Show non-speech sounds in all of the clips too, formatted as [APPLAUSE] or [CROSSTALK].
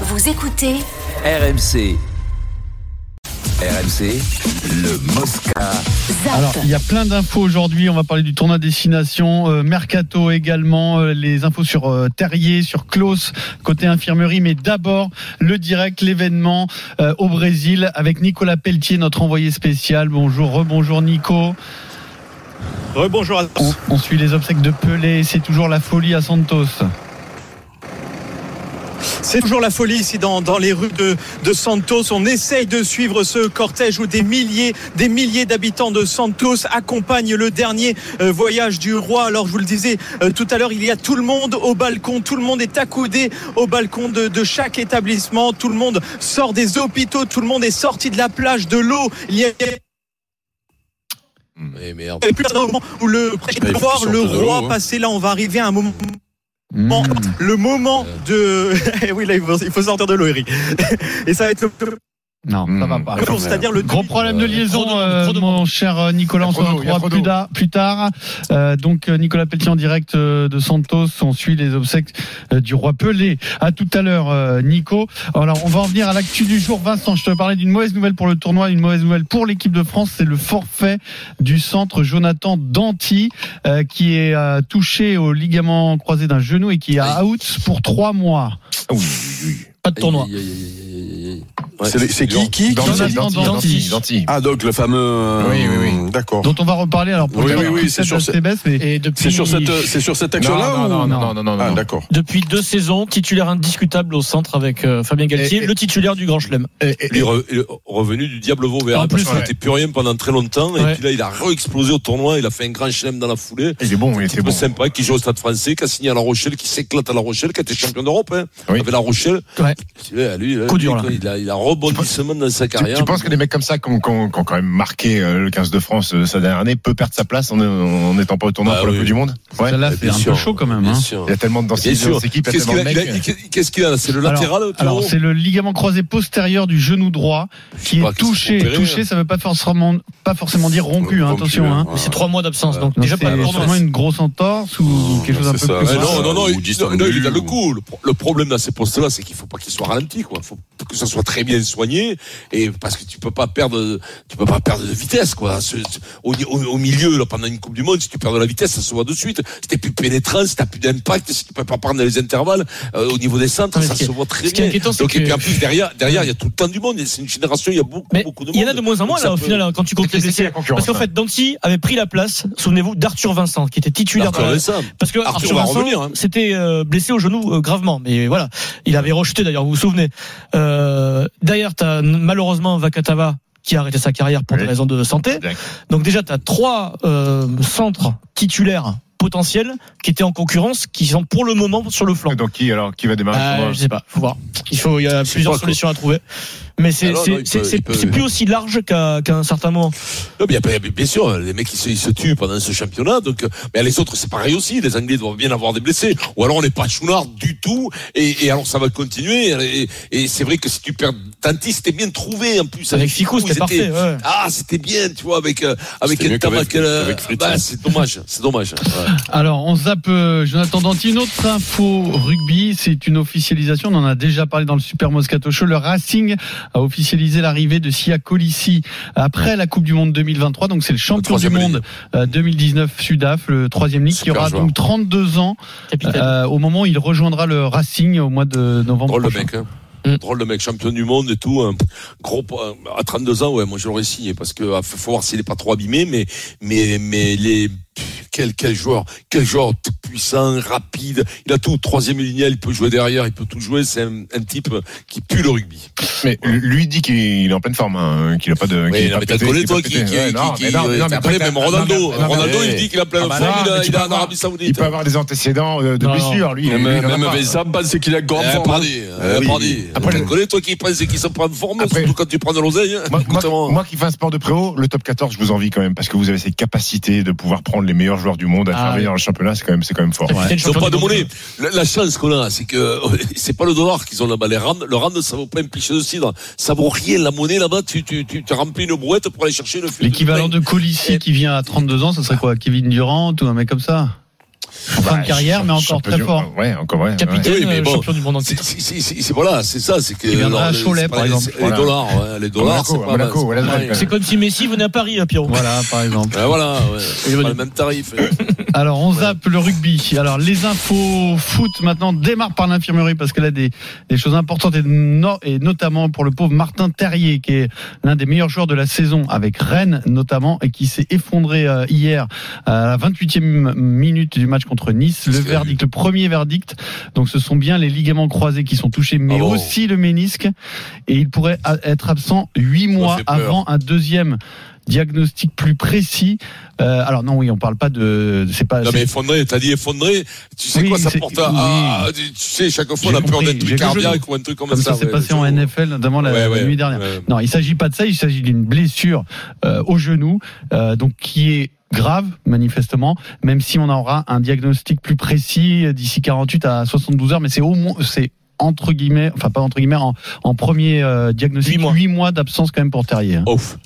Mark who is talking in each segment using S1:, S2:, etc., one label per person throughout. S1: Vous écoutez
S2: RMC. RMC, le Mosca.
S1: ZAP.
S3: Alors, il y a plein d'infos aujourd'hui. On va parler du tournoi destination, euh, mercato également, euh, les infos sur euh, Terrier, sur Klaus, côté infirmerie. Mais d'abord, le direct, l'événement euh, au Brésil avec Nicolas Pelletier, notre envoyé spécial. Bonjour, rebonjour Nico.
S4: Rebonjour à
S3: On,
S4: tous.
S3: on suit les obsèques de Pelé. C'est toujours la folie à Santos.
S4: C'est toujours la folie ici dans, dans les rues de, de Santos. On essaye de suivre ce cortège où des milliers, des milliers d'habitants de Santos accompagnent le dernier euh, voyage du roi. Alors je vous le disais euh, tout à l'heure, il y a tout le monde au balcon, tout le monde est accoudé au balcon de, de chaque établissement, tout le monde sort des hôpitaux, tout le monde est sorti de la plage, de l'eau. Il y a
S5: Mais merde.
S4: il y a plus un moment où le
S5: il faut
S4: voir
S5: qu'ils
S4: le
S5: sortent de
S4: roi
S5: l'eau, hein.
S4: passer là, on va arriver à un moment
S3: Mmh.
S4: moment- le moment de. [LAUGHS] Eh oui, là, il faut, il faut sortir de l'eau, Eric. Et ça va être le
S3: Non, ça va pas.
S4: jour, c'est-à-dire le
S3: Gros problème de
S5: Euh,
S3: liaison,
S5: trop de-
S3: euh,
S5: trop de-
S3: mon cher euh, Nicolas. On se
S5: Il y a trop d'eau, il y a
S3: retrouvera
S5: trop
S3: plus
S5: d'eau.
S3: tard. Plus tard. Euh, donc euh, Nicolas Pelletier en direct euh, de Santos. On suit les obsèques euh, du roi Pelé. À tout à l'heure, euh, Nico. Alors on va en venir à l'actu du jour. Vincent, je te parlais d'une mauvaise nouvelle pour le tournoi, une mauvaise nouvelle pour l'équipe de France. C'est le forfait du centre Jonathan Danti euh, qui est euh, touché au ligament croisé d'un genou et qui est out pour trois mois.
S6: Pas de tournoi.
S5: Aïe, aïe, aïe, aïe, aïe, aïe. Ouais,
S7: C'est c'est qui
S5: dur.
S7: qui
S3: Danti, Danti, Danti.
S7: Ah donc le fameux. euh,
S6: Oui, oui, oui.
S7: D'accord.
S3: Dont on va reparler. Alors pour
S7: Oui,
S3: le
S7: oui,
S3: faire
S7: oui,
S3: tout
S7: c'est
S3: seul,
S7: sur
S3: c'est
S7: ce-
S3: baisse, mais
S6: Et depuis,
S7: C'est sur cette c'est sur cette action là
S6: Non, non,
S7: ou
S6: non, non, non, non,
S7: Ah
S6: non.
S7: d'accord.
S6: Depuis deux saisons, titulaire indiscutable au centre avec euh, Fabien Galtier, le titulaire du Grand Chelem.
S5: Il est re- il est revenu du diable vauvert.
S6: En
S5: parce
S6: plus,
S5: qu'il
S6: ouais.
S5: n'était plus rien pendant très longtemps.
S6: Ouais.
S5: Et puis là, il a re-explosé au tournoi. Il a fait un grand chelem dans la foulée.
S8: Il est bon, il était
S5: Un peu
S8: bon.
S5: sympa, qui joue au Stade français, qui a signé à La Rochelle, qui s'éclate à La Rochelle, qui a été champion d'Europe. Hein,
S8: Oui.
S5: Avec La Rochelle.
S6: Ouais.
S5: Tu sais, lui, là,
S6: Coup dur, là.
S5: Il, a, il a rebondissement dans sa
S8: Tu,
S5: carrière.
S8: tu penses que des mecs comme ça, qui ont qui ont- qui ont quand même marqué euh, le 15 de France euh, sa dernière année, peut perdre sa place en en n'étant pas au tournoi
S5: Bah
S8: pour
S5: oui.
S8: la Coupe du Monde Ouais.
S3: celle-là
S5: Ouais,
S3: c'est
S5: bien
S3: un peu
S5: sûr.
S3: chaud quand même.
S5: Bien
S3: hein.
S5: sûr.
S8: Il y a tellement de
S5: Bien
S8: densité dans
S5: sûr.
S8: cette équipe, il y a
S5: Qu'est-ce
S8: tellement
S5: qu'il
S8: de
S5: a, il a-
S8: mecs.
S5: qu'est-ce qu'il a C'est le latéral
S3: alors,
S5: tu
S3: alors,
S5: vois
S3: c'est le ligament croisé postérieur du genou droit qui
S5: sais
S3: est
S5: pas, qu'est-ce
S3: touché.
S5: qu'il faut opérer,
S3: touché, ça ne veut pas forcément, pas forcément dire rompu, hein,
S7: Rompu,
S3: attention. Hein.
S7: ouais.
S6: C'est trois mois d'absence, donc
S3: Donc,
S6: déjà
S3: c'est
S6: pas de tournoi.
S3: sûrement une grosse entorse ou, ou quelque chose un peu
S7: c'est
S3: plus
S7: ça.
S5: Ouais,
S7: Ouais,
S3: grave.
S5: non, non, non,
S7: ou
S5: il,
S7: distendu.
S5: non, il est dans le coup. Le, pro- le problème dans ces postes-là, c'est qu'il faut pas qu'ils soient ralentis, quoi. Faut que ça soit très bien soigné, et parce que tu peux pas perdre, tu peux pas perdre de vitesse, quoi. Ce- ce- au, au- au milieu, là, pendant une Coupe du Monde, si tu perds de la vitesse, ça se voit de suite. Si t'es plus pénétrant, si t'as plus d'impact, si tu peux pas prendre les intervalles, euh, au niveau des centres,
S6: Non, mais
S5: ça
S6: ce qui-
S5: se voit très
S6: ce qui est
S5: bien.
S6: inquiétant, c'est
S5: Donc, et
S6: que-
S5: puis en plus, derrière, derrière, il y a tout le temps du monde. et C'est une génération, il y a beaucoup,
S6: Mais
S5: beaucoup de
S6: il
S5: monde.
S6: y en a de moins en moins
S5: Donc,
S6: là
S5: ça
S6: au
S5: peut-
S6: final hein, quand tu comptes les
S8: C'est- c'est
S6: blessés.
S8: la concurrence,
S6: Parce qu'en fait, Danti avait pris la place, souvenez-vous, d'Arthur Vincent, qui était titulaire
S5: Arthur
S6: de la-
S5: Vincent.
S6: Parce que
S5: Arthur
S6: Arthur
S5: va
S6: Vincent
S5: revenir, hein.
S6: s'était euh, blessé au genou euh, gravement, mais voilà, il avait rechuté d'ailleurs, vous vous souvenez. Euh, derrière, t'as malheureusement Vakatava qui a arrêté sa carrière pour des
S8: Oui.
S6: raisons de santé.
S8: Bien.
S6: Donc déjà, t'as trois euh, centres titulaires potentiels qui étaient en concurrence, qui sont pour le moment sur le flanc.
S8: Donc qui alors qui va démarrer le
S6: Euh,
S8: tournoi
S6: je sais pas, faut voir. Il faut, il y a
S5: sais
S6: plusieurs
S5: pas, quoi.
S6: solutions à trouver. Mais c'est,
S5: Alors,
S6: c'est,
S5: non, il
S6: c'est,
S5: peut-
S6: c'est-
S5: il peut-
S6: c'est plus aussi large qu'à, qu'à un certain moment.
S5: Non, mais y a pas- bien sûr, les mecs ils se, ils se tuent pendant ce championnat. Donc, euh, mais les autres c'est pareil aussi. Les Anglais doivent bien avoir des blessés. Ou alors on n'est pas chounard du tout. Et, et alors ça va continuer. Et, et c'est vrai que si tu perds Tanti, c'était bien trouvé en plus.
S6: Avec Ficou, c'était
S5: ils
S6: parfait.
S5: étaient-
S6: ouais.
S5: Ah, c'était bien, tu vois, avec euh, avec
S7: C'était mieux
S5: Tamac,
S7: qu'avec-
S5: euh,
S7: qu'avec Fritz. hein.
S5: bah, c'est dommage, c'est dommage. Ouais.
S3: Alors, on zappe euh, Jonathan Danti. Une autre info rugby, c'est une officialisation. On en a déjà parlé dans le Super Moscato Show. Le Racing a officialisé l'arrivée de Sia Colissi après la Coupe du Monde 2023. Donc, c'est le champion du
S5: troisième
S3: monde euh, 2019 Sudaf, le troisième ligue, qui
S5: Super
S3: aura
S5: joueur.
S3: donc 32 ans
S6: Capitaine.
S3: euh, au moment où il rejoindra le Racing au mois de novembre
S5: Drôle de
S3: prochain.
S5: mec, hein.
S8: Hum.
S6: Mm.
S5: Drôle de mec, champion du monde et tout. Un gros, po- un- à 32 ans, ouais, moi je l'aurais signé parce que ah, faut faut voir s'il est pas trop abîmé, mais, mais, mais les, pff, quel, quel joueur, quel joueur tout puissant, rapide. Il a tout. Troisième lignée, il peut jouer derrière, il peut tout jouer. C'est un, un type qui pue le rugby.
S8: Mais lui dit qu'il est en pleine forme, hein, qu'il a pas de. qu'il
S5: Oui,
S8: est
S5: non,
S8: pas
S5: mais t'as
S8: pété,
S5: collé
S8: qu'il est
S5: toi
S8: pas
S5: qui, qui,
S8: pété.
S5: qui,
S8: Ouais, non, mais non,
S5: qui- euh,
S8: mais
S5: t'as
S8: non, mais
S5: collé,
S8: après,
S5: même
S8: t'as-
S5: Ronaldo.
S8: non, mais-
S5: Ronaldo,
S8: non,
S5: il
S8: mais-
S5: dit qu'il a plein
S8: Ah
S5: de
S8: bah
S5: forme,
S8: non,
S5: il,
S8: mais
S5: a-
S8: tu
S5: il est
S8: peux
S5: en
S8: avoir-
S5: Arabie
S8: Il
S5: Saoudite.
S8: peut avoir des antécédents euh, de
S6: Non.
S8: blessures, lui. lui,
S7: Même,
S8: il en a
S7: même
S8: pas.
S7: Vincent pensait qu'il a
S5: Eh,
S7: grande forme.
S5: Pardi, eh,
S7: oui.
S5: Pardi.
S8: Après,
S5: T'as
S8: le-
S5: collé toi qui penses qu'ils sont pas en forme,
S8: Après-
S5: surtout quand tu prends de l'oseille. hein.
S8: Moi, moi-
S5: Écoute-moi.
S8: moi qui fais un sport de préau, le top 14, je vous envie quand même, parce que vous avez cette capacité de pouvoir prendre les meilleurs joueurs du monde à
S6: Ah,
S8: travailler
S6: oui.
S8: dans le championnat, c'est quand même, c'est quand même fort.
S6: Capitaine
S5: Ils n'ont
S6: champion
S5: pas
S6: du
S5: de
S6: monde.
S5: monnaie. La, la chance qu'on a, c'est que [LAUGHS] c'est pas le dollar qu'ils ont là-bas. Les randes, le rand, ça vaut pas un pichet de cidre. Ça vaut rien. La monnaie là-bas, tu, tu, tu, tu remplis une brouette pour aller chercher le fil
S3: L'équivalent
S5: pain.
S3: de Colissi qui vient à 32 ans, ça serait quoi Kevin Durant ou un mec comme ça en fin
S8: Bah,
S3: de carrière, mais encore très
S8: champion-
S3: fort.
S8: Ouais, encore ouais. ouais.
S6: Capitaine,
S5: Oui, mais
S6: euh,
S5: bon,
S6: champion du monde en
S5: C'est-
S6: titre.
S5: c'est- c'est- c'est- c'est- Voilà, c'est ça, c'est que.
S3: Il viendra
S5: alors,
S3: à
S5: le-
S3: Cholet,
S5: c'est pas
S3: par
S5: les-
S3: exemple.
S5: Les,
S8: Voilà.
S5: dollars, ouais, les dollars,
S8: Monaco,
S5: c'est pas.
S8: à Monaco,
S5: c'est
S8: voilà,
S5: pareil.
S8: d'accord.
S6: C'est comme si Messi venait à Paris, hein, Pierrot.
S3: Voilà, par exemple.
S5: Ouais, voilà, ouais. c'est pas le même tarif.
S3: Alors, on zappe le rugby. Alors, les infos foot maintenant démarrent par l'infirmerie parce qu'elle a des, des choses importantes et, no- et notamment pour le pauvre Martin Terrier qui est l'un des meilleurs joueurs de la saison avec Rennes notamment et qui s'est effondré euh, hier à la 28e minute du match contre Nice. Le
S5: Qu'est-ce qu'il a
S3: verdict, le premier verdict. Donc, ce sont bien les ligaments croisés qui sont touchés, mais
S5: Ah bon
S3: aussi le ménisque et il pourrait a- être absent huit mois
S5: fait peur.
S3: avant un deuxième diagnostic plus précis. Euh, alors non, oui, on parle pas de, c'est pas.
S5: Non,
S3: c'est-
S5: mais effondré, t'as dit effondré. Tu sais
S3: Ah, Oui,
S5: quoi, ça
S3: c'est-
S5: porte à.
S3: oui.
S5: à- tu sais, chaque fois, on
S3: J'ai
S5: a peur
S3: compris,
S5: d'un
S3: j'ai
S5: truc
S3: compris.
S5: cardiaque ou un truc comme,
S3: Comme ça, c'est
S5: ouais,
S3: passé
S5: je-
S3: en NFL, notamment la,
S5: Ouais,
S3: euh, la
S5: ouais,
S3: nuit dernière.
S5: ouais.
S3: Non, il s'agit pas de ça, il s'agit d'une blessure euh, au genou, euh, donc qui est grave manifestement, même si on aura un diagnostic plus précis euh, d'ici 48 à 72 heures, mais c'est au moins c'est entre guillemets, enfin pas entre guillemets, en, en premier euh, diagnostic,
S6: Huit
S3: 8
S6: mois.
S3: mois, d'absence quand même pour Terrier. hein.
S5: Off.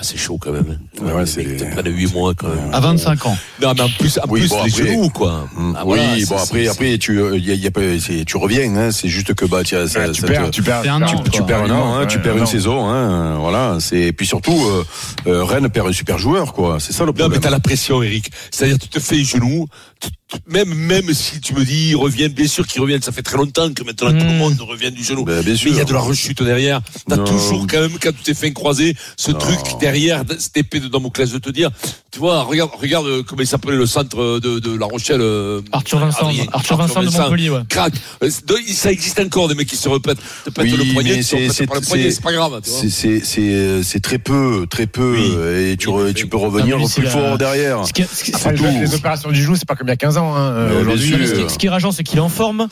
S5: Ah, c'est chaud quand même. hein.
S7: Ouais, ouais,
S5: Les
S7: c'est-
S5: mecs, T'as près de 8 mois quand même.
S3: À 25 ans.
S5: Non, mais en plus, en
S7: Oui,
S5: plus
S7: bon,
S5: les
S7: après-
S5: genoux, quoi. Ah,
S7: oui,
S5: voilà,
S7: bon
S5: c'est-
S7: après,
S5: c'est-
S7: après tu, euh, y a- y a pas- c'est- tu reviens, hein, c'est juste que bah, tiens, ça-
S8: Ouais, Ah, tu
S7: ça
S8: perds,
S7: te-
S8: tu perds,
S3: C'est un
S8: tu
S3: an,
S8: perds-
S3: quoi.
S7: tu perds un an, hein, tu
S8: Ouais,
S7: perds
S8: un
S7: une
S8: an.
S7: saison, hein, voilà. C'est et puis surtout, euh, euh, Rennes perd un super joueur, quoi. C'est ça le
S5: Non,
S7: problème.
S5: mais t'as la pression, Eric. C'est-à-dire, tu te fais les genoux. tu- tu- Même, même si tu me dis, ils reviennent, bien sûr qu'ils reviennent. Ça fait très longtemps que maintenant
S3: Hmm.
S5: tout le
S6: Mm.
S5: monde revient du genou.
S7: Ben, bien
S5: Mais
S7: sûr.
S5: il y a de la rechute derrière. T'as
S7: Non.
S5: toujours quand même, quand tu t'es fait croiser, ce
S7: Non.
S5: truc derrière, cette épée de Damoclès de te dire, tu vois, regarde, regarde euh, comment il s'appelait le centre de, de La Rochelle. euh,
S6: Arthur Vincent,
S5: Adrien.
S6: Arthur Vincent de Montpellier, ouais.
S5: Crac. Euh, c'est- donc, Ça existe encore des mecs qui se répètent, te pètent
S7: Oui,
S5: le poignet,
S7: mais
S5: tu te
S7: c'est-
S5: répètes
S7: c'est-
S5: par le poignet,
S7: c'est-
S5: c'est pas grave. tu vois.
S7: C'est- C'est c'est euh, c'est très peu, très peu,
S5: Oui.
S7: euh, et tu,
S5: Oui,
S7: re-
S5: mais
S7: tu
S5: c'est-
S7: peux revenir
S6: Non, mais c'est
S7: plus
S6: la-
S7: fort derrière.
S6: Ce qui, ce qui-
S5: Ah,
S8: Après,
S7: Tout.
S8: les, les opérations du genou, c'est pas comme il y a 15 ans. Hein, euh,
S7: Mais bien
S8: aujourd'hui.
S7: sûr.
S6: ce qui- ce qui est rageant, c'est qu'il est en forme.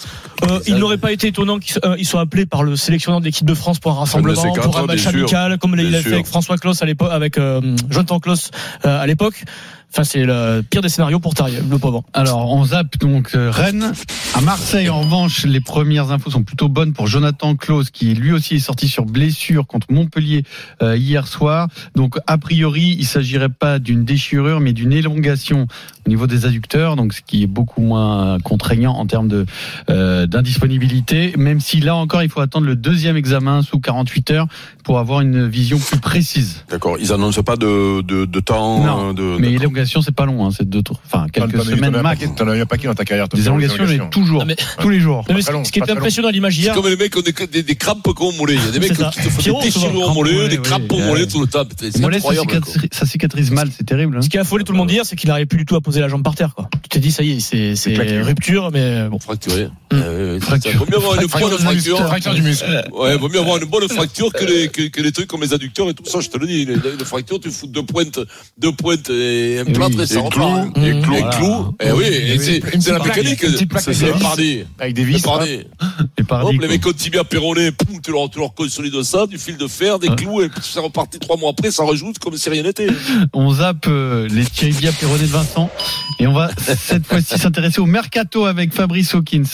S6: Euh, il n'aurait pas été étonnant qu'ils soient- euh, ils soient appelés par le sélectionneur de l'équipe de France pour un rassemblement,
S7: 50
S8: hein,
S6: pour un
S7: ans,
S6: match
S7: bien sûr.
S6: amical, comme il
S7: Bien
S6: l'a fait
S7: sûr.
S6: avec François Claus à l'époque, avec euh, Jonathan Claus euh, à l'époque. Enfin, c'est le pire des scénarios pour Tariel, le pauvre.
S3: Alors, on zappe donc euh, Rennes. À Marseille, en revanche, les premières infos sont plutôt bonnes pour Jonathan Klaus, qui lui aussi est sorti sur blessure contre Montpellier euh, hier soir. Donc, a priori, il s'agirait pas d'une déchirure, mais d'une élongation au niveau des adducteurs, donc ce qui est beaucoup moins contraignant en termes de euh, d'indisponibilité. Même si là encore, il faut attendre le deuxième examen sous 48 heures pour avoir une vision plus précise.
S7: D'accord. Ils annoncent pas de de, de temps.
S3: Non,
S7: euh, de,
S3: Mais
S7: de-
S3: élongation, c'est pas long, hein, c'est deux, trois- enfin
S8: T'en-
S3: quelques
S8: t'en as eu-
S3: semaines
S8: t'en as eu un
S3: max.
S8: paquet- T'en as eu un paquet dans ta carrière. toi,
S3: Des élégations, mais toujours,
S6: Ah, mais-
S3: tous les jours.
S6: Non, mais
S8: Pas
S6: ce-
S8: long,
S6: ce qui
S8: pas
S6: était
S8: très
S6: impressionnant à l'image
S5: C'est
S6: hier,
S5: comme les mecs qui ont des, des, des crampes qu'on mollet. Il y a des mecs
S6: C'est ça.
S5: qui te font
S6: Pierrot,
S5: des
S6: souvent,
S5: déchirures au
S6: crampes au
S5: mollet,
S6: mollet,
S5: des
S6: oui.
S5: crampes au
S3: Ouais.
S5: mollet tout le temps. Putain, C'est
S3: Moi, là, ça
S5: incroyable. quoi.
S3: cicatrise, ça cicatrise mal, c'est terrible. hein.
S6: ce qui a affolé tout le monde hier, c'est qu'il n'arrivait plus du tout à poser la jambe par terre. Quoi. Tu t'es dit, ça y est, c'est c'est
S8: claqué.
S6: rupture, mais bon.
S5: Fracturé.
S6: Mm.
S5: Euh, c'est ça.
S3: Fracture.
S5: Vaut mieux avoir une bonne fracture.
S8: Fracture du
S3: Euh,
S8: muscle.
S5: Ouais, vaut mieux avoir une bonne fracture que les, que, que les trucs comme les adducteurs et tout ça, je te le dis. Les- Une fracture, tu fous deux pointes, deux pointes et un
S3: Et
S5: plâtre
S3: oui,
S5: et ça
S7: et
S5: repart.
S7: clou,
S5: Et
S6: Mmh.
S5: clou, et
S3: Voilà.
S5: clou. Eh oui, et
S8: oui.
S5: c'est,
S8: Une
S5: c'est la
S8: petite
S5: mécanique.
S8: plaque, une petite plaque
S5: C'est
S8: avec
S5: le
S8: des
S5: pardi.
S8: Avec hein. des
S5: Le
S8: vis. hop.
S5: pardi.
S3: Et par
S5: Hop,
S3: dit,
S5: les
S3: quoi.
S5: mecs au tibia péroné, poum, tu leur, tu leur consolides ça, du fil de fer, des
S3: Ouais.
S5: clous, et puis ça repartit trois mois après, ça rajoute comme si rien n'était.
S3: On zappe euh, les Thierry Perronnet de Vincent et on va cette
S5: [LAUGHS]
S3: fois-ci s'intéresser au mercato avec Fabrice Hawkins.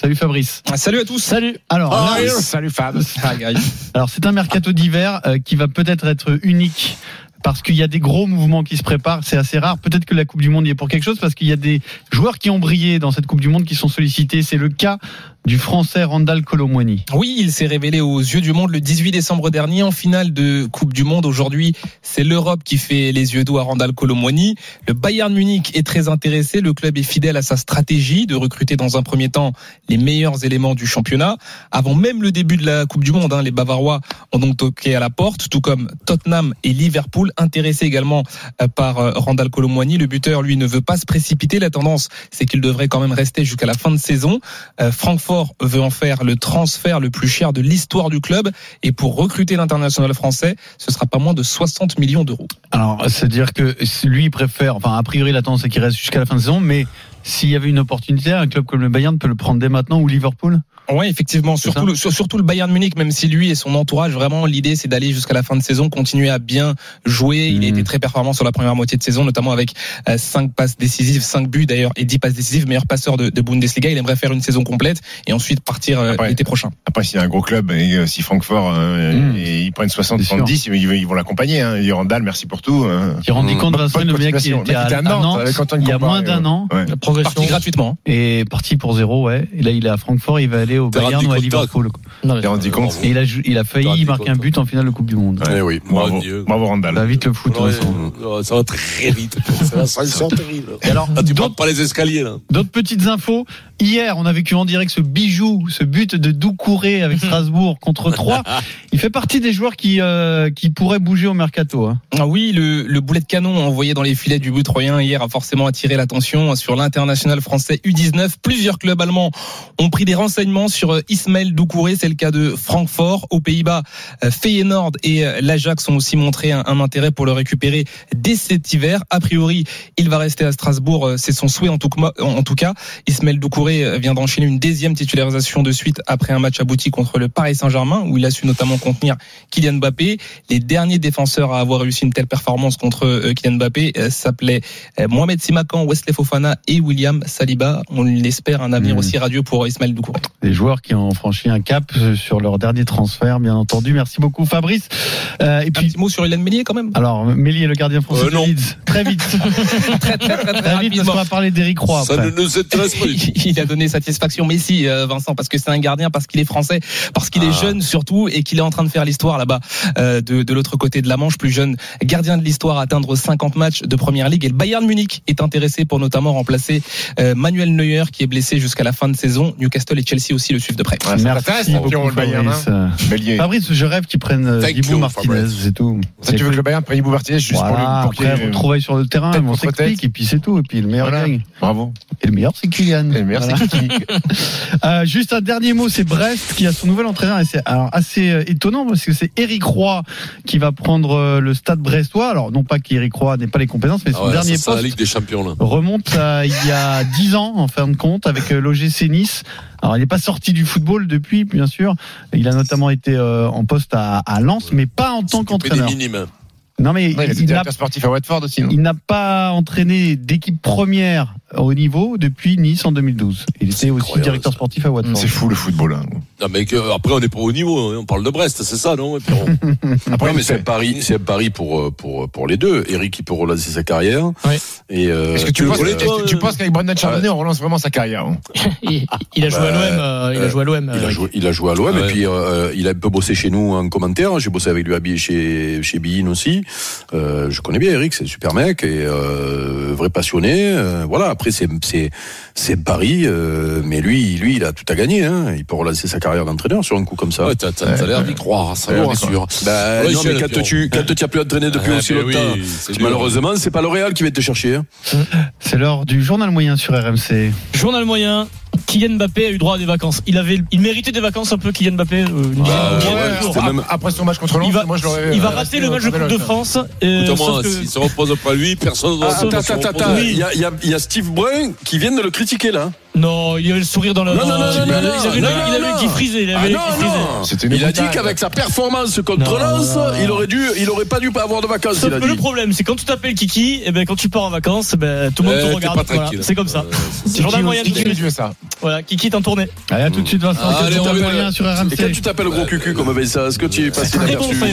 S3: Salut Fabrice.
S1: Salut à tous.
S3: Salut. Alors,
S8: Ah.
S5: Ah,
S3: là,
S1: Salut Fab. Hi guys.
S3: alors c'est un mercato d'hiver euh, qui va peut-être être unique parce qu'il y a des gros mouvements qui se préparent. C'est assez rare. Peut-être que la Coupe du Monde y est pour quelque chose parce qu'il y a des joueurs qui ont brillé dans cette Coupe du Monde qui sont sollicités. C'est le cas du Français Randall Colomwani.
S1: Oui, il s'est révélé aux yeux du monde le 18 décembre dernier en finale de Coupe du Monde. Aujourd'hui, c'est l'Europe qui fait les yeux doux à Randall Colomwani. Le Bayern Munich est très intéressé. Le club est fidèle à sa stratégie de recruter dans un premier temps les meilleurs éléments du championnat. Avant même le début de la Coupe du Monde, hein, les Bavarois ont donc toqué à la porte, tout comme Tottenham et Liverpool, intéressés également euh, par euh, Randall Colomwani. Le buteur, lui, ne veut pas se précipiter. La tendance, c'est qu'il devrait quand même rester jusqu'à la fin de saison. Euh, Francfort veut en faire le transfert le plus cher de l'histoire du club. Et pour recruter l'international français, ce sera pas moins de 60 millions d'euros.
S3: Alors, c'est-à-dire que lui il préfère, enfin, a priori, la tendance est qu'il reste jusqu'à la fin de saison, mais s'il y avait une opportunité, un club comme le Bayern peut le prendre dès maintenant ou Liverpool
S1: Oui, effectivement.
S3: C'est
S1: Surtout
S3: ça
S1: le, sur- surtout le Bayern Munich, même si lui et son entourage, vraiment, l'idée, c'est d'aller jusqu'à la fin de saison, continuer à bien jouer. Il a
S9: Mhm.
S1: été très performant sur la première moitié de saison, notamment avec 5 passes décisives, 5 buts d'ailleurs, et 10 passes décisives, meilleur passeur de, de Bundesliga. Il aimerait faire une saison complète et ensuite partir euh,
S8: Après.
S1: l'été prochain.
S8: Après, s'il y a un gros club, et euh, si Francfort, euh,
S3: Mm.
S8: et ils prennent 60,
S3: C'est sûr.
S8: 70, ils, ils vont l'accompagner. Hein. Il y aura Dahl, merci pour tout. euh.
S3: Tu rendu
S7: Mmh.
S3: compte, Vincent,
S8: Pas de
S3: le mec qui
S8: motivation. Le
S3: était
S8: mec était
S3: à,
S8: à
S3: à
S8: Nantes,
S3: Nantes,
S8: avec euh. Antoine
S3: il y a
S8: Comparé,
S3: moins d'un
S8: ouais.
S3: an,
S8: Ouais.
S3: la progression
S1: Parti gratuitement. hein.
S3: est parti pour zéro, ouais. Et là, il est à Francfort, il va aller au
S5: T'as
S3: Bayern
S5: rendu
S3: ou à
S5: compte, toi
S3: Liverpool. quoi.
S6: Non, mais-
S8: T'es rendu compte
S3: Et il a, jou- il a
S5: T'as
S3: failli
S5: rendu
S3: marquer
S5: compte,
S3: un but en finale de Coupe du Monde.
S7: Eh oui.
S5: Mon
S8: Bravo.
S5: Dieu.
S8: Bravo, Randall.
S3: Va vite le foot,
S5: Ouais,
S3: Vincent.
S5: euh, ça va très vite. Ça, ça, ça, terrible.
S3: Et alors,
S5: Là, Ah, tu
S3: d'autres-
S5: montes pas les escaliers, là.
S3: D'autres petites infos. Hier, on a vécu en direct ce bijou, ce but de Doucouré [LAUGHS] avec Strasbourg contre 3. Il fait partie des joueurs qui, euh, qui pourraient bouger au mercato. hein.
S1: Ah oui, le, le boulet de canon envoyé dans les filets du but troyen hier a forcément attiré l'attention sur l'international français U19. Plusieurs clubs allemands ont pris des renseignements sur euh, Ismaël Doucouré. C'est le cas de Francfort. Aux Pays-Bas, euh, Feyenoord et euh, l'Ajax ont aussi montré un, un intérêt pour le récupérer dès cet hiver. A priori, il va rester à Strasbourg. euh, C'est son souhait en tout, com- en- en tout cas. Ismaël Doucouré euh, vient d'enchaîner une deuxième titularisation de suite après un match abouti contre le Paris Saint-Germain où il a su notamment contenir Kylian Mbappé. Les derniers défenseurs à avoir réussi une telle performance contre euh, Kylian Mbappé euh, s'appelaient euh, Mohamed Simakan, Wesley Fofana et William Saliba. On espère un avenir
S3: Mhm.
S1: aussi radieux pour Ismaël Doucouré.
S3: Des joueurs qui ont franchi un cap euh, sur leur dernier transfert, bien entendu. Merci beaucoup, Fabrice. Euh, et
S1: Un
S3: puis,
S1: petit mot sur Hélène Mélier quand même
S3: alors, Mélier, le gardien français
S5: Euh,
S3: de
S5: non.
S3: Leeds. Très
S8: [LAUGHS]
S3: vite.
S1: Très très très,
S3: [LAUGHS] Très
S1: très
S3: vite, parce qu'on
S1: rapidement.
S3: va parler d'Eric Roy
S5: Ça
S3: après.
S5: ne nous
S1: [LAUGHS]
S5: intéresse pas du tout.
S1: Il a donné satisfaction, mais si euh, Vincent, parce que c'est un gardien, parce qu'il est français, parce qu'il
S7: Ah.
S1: est jeune surtout, et qu'il est en train de faire l'histoire là-bas euh, de, de l'autre côté de la Manche, plus jeune gardien de l'histoire à atteindre 50 matchs de première ligue. Et le Bayern Munich est intéressé pour notamment remplacer euh, Manuel Neuer qui est blessé jusqu'à la fin de saison. Newcastle et Chelsea aussi le suivent de près.
S8: Ouais, ça t'intéresse,
S3: Merci
S8: le
S3: beaucoup,
S8: Piron, le Bayern, hein.
S3: Fabrice. Euh,
S8: Bélier.
S3: Fabrice, je rêve qu'ils prennent euh,
S7: Thank
S3: Dibou
S7: you,
S3: Martinez,
S7: Fabrice.
S3: c'est tout.
S8: Ça, tu veux que le Bayern prenne Ibou Martinez juste
S3: Voilà,
S8: pour, le- pour
S3: après,
S8: qu'il euh,
S3: retrouvaille sur le terrain,
S8: tête
S3: on
S8: contre
S3: s'explique,
S8: tête.
S3: et puis c'est tout. Et puis le meilleur
S8: Voilà.
S3: gagne.
S8: Bravo.
S3: Et le meilleur, c'est Kylian.
S8: Et Eh, merci.
S3: Voilà. Euh, juste un dernier mot, c'est Brest qui a son nouvel entraîneur et c'est alors assez euh, étonnant parce que c'est Eric Roy qui va prendre euh, le stade brestois. Alors non pas qu'Eric Roy n'ait pas les compétences, mais son
S5: Ah ouais,
S3: dernier
S5: ça, c'est la
S3: poste
S5: Ligue des Champions, là.
S3: remonte à il y a 10 ans en fin de compte avec euh, l'OGC Nice. Alors il n'est pas sorti du football depuis, bien sûr. Il a notamment été euh, en poste à, à Lens, mais pas en tant
S5: S'occuper des
S3: qu'entraîneur.
S5: minimes. hein.
S3: Non mais
S8: Non, il était
S3: il n'a
S8: directeur sportif à Watford aussi. non
S3: il n'a pas entraîné d'équipe première au niveau depuis Nice en 2012. Il était aussi
S5: incroyable,
S3: directeur
S5: ça.
S3: sportif à Watford.
S8: C'est fou le football. hein.
S5: Non, mais que- après, on n'est pas au niveau. hein. On parle de Brest, c'est ça, non Pierrot
S8: Après,
S7: non, mais
S8: il
S7: c'est un
S8: fait-
S7: pari, c'est un pari pour, euh, pour, pour les deux. Eric, il peut relancer sa carrière.
S6: Ouais.
S7: Et, euh,
S8: Est-ce que tu,
S7: le
S8: penses,
S7: voulais,
S8: est-ce que
S7: toi,
S8: tu
S7: euh,
S8: penses qu'avec Brandon Charbonnet, on relance vraiment sa carrière hein
S6: il, il a joué à
S7: Bah,
S6: l'OM. euh, il a
S7: euh,
S6: joué à l'OM.
S7: il a,
S6: euh,
S7: joué, il a joué à l'OM
S5: Ouais.
S7: et puis euh, il a un peu bossé chez nous en commentaire. J'ai bossé avec lui à Bi- chez chez Bein aussi. Euh, je connais bien Eric, c'est un super mec et euh, vrai passionné. Euh, voilà. Après c'est c'est c'est Paris, euh, mais lui lui il a tout à gagner. Hein. Il peut relancer sa carrière d'entraîneur sur un coup comme ça.
S5: Ah Ouais, t'as, t'as- t'as l'air d'y croire, ça
S7: Ouais,
S5: on
S7: ouais,
S5: est sûr.
S7: Bah,
S5: Ouais,
S7: non,
S5: Michel,
S7: mais quand
S5: Pierrot.
S7: tu quand tu as plus entraîné depuis
S5: Ah,
S7: aussi
S5: mais oui,
S7: longtemps,
S5: c'est dur.
S7: malheureusement c'est pas L'Oréal qui va te chercher. hein.
S3: C'est l'heure du journal moyen sur RMC.
S6: Journal moyen. Kylian Mbappé a eu droit à des vacances. Il avait, il méritait des vacances un peu. Kylian Mbappé. euh, une dizaine de
S5: Ah, ouais,
S6: jours.
S7: Bah, c'était même-
S8: Après son match contre Lens,
S6: il va,
S8: moi je l'aurais.
S6: il va
S8: euh,
S6: rater le match de
S8: resté
S6: Coupe
S8: au
S6: de
S8: Real.
S6: France. euh,
S5: Notamment,
S6: sauf que-
S5: s'il se repose pas lui, personne ne
S7: Ah,
S5: se
S7: attends,
S5: repose.
S7: attends, attends. Il y a, il y a- il y a Steve Brun qui vient de le critiquer là.
S6: Non, il avait le sourire dans la.
S7: Non, non, non, non,
S6: il avait-
S7: non,
S6: il avait
S7: non,
S6: le- il avait
S7: non,
S6: le qui frisait. Il
S7: Ah
S6: avait le
S7: non,
S6: qui frisait.
S7: non
S8: C'était une
S7: Il a dit
S8: boutade.
S7: qu'avec sa performance contre
S6: Non.
S7: Lens, il aurait dû, il aurait pas dû pas avoir de vacances.
S6: Sauf
S7: il a
S6: que le
S7: dit.
S6: problème, c'est quand tu t'appelles Kiki, et ben quand tu pars en vacances, ben, tout le monde
S5: Euh,
S6: te
S5: t'es
S6: regarde.
S5: pas
S6: Voilà,
S5: tranquille.
S6: c'est comme ça.
S5: Euh,
S6: C'est le journal moyen de
S8: Qui a
S6: Kiki.
S8: joué ça
S6: Voilà, Kiki est en tournée.
S3: Allez, à tout de suite Vincent,
S5: Ah, Allez,
S3: c'est le
S5: on
S3: journal
S5: revient.
S3: moyen sur
S7: Et quand
S3: RMC.
S7: tu t'appelles gros cucu comme ça, est-ce que tu es passé
S6: Euh, Très bon,
S7: inaperçu
S6: ça,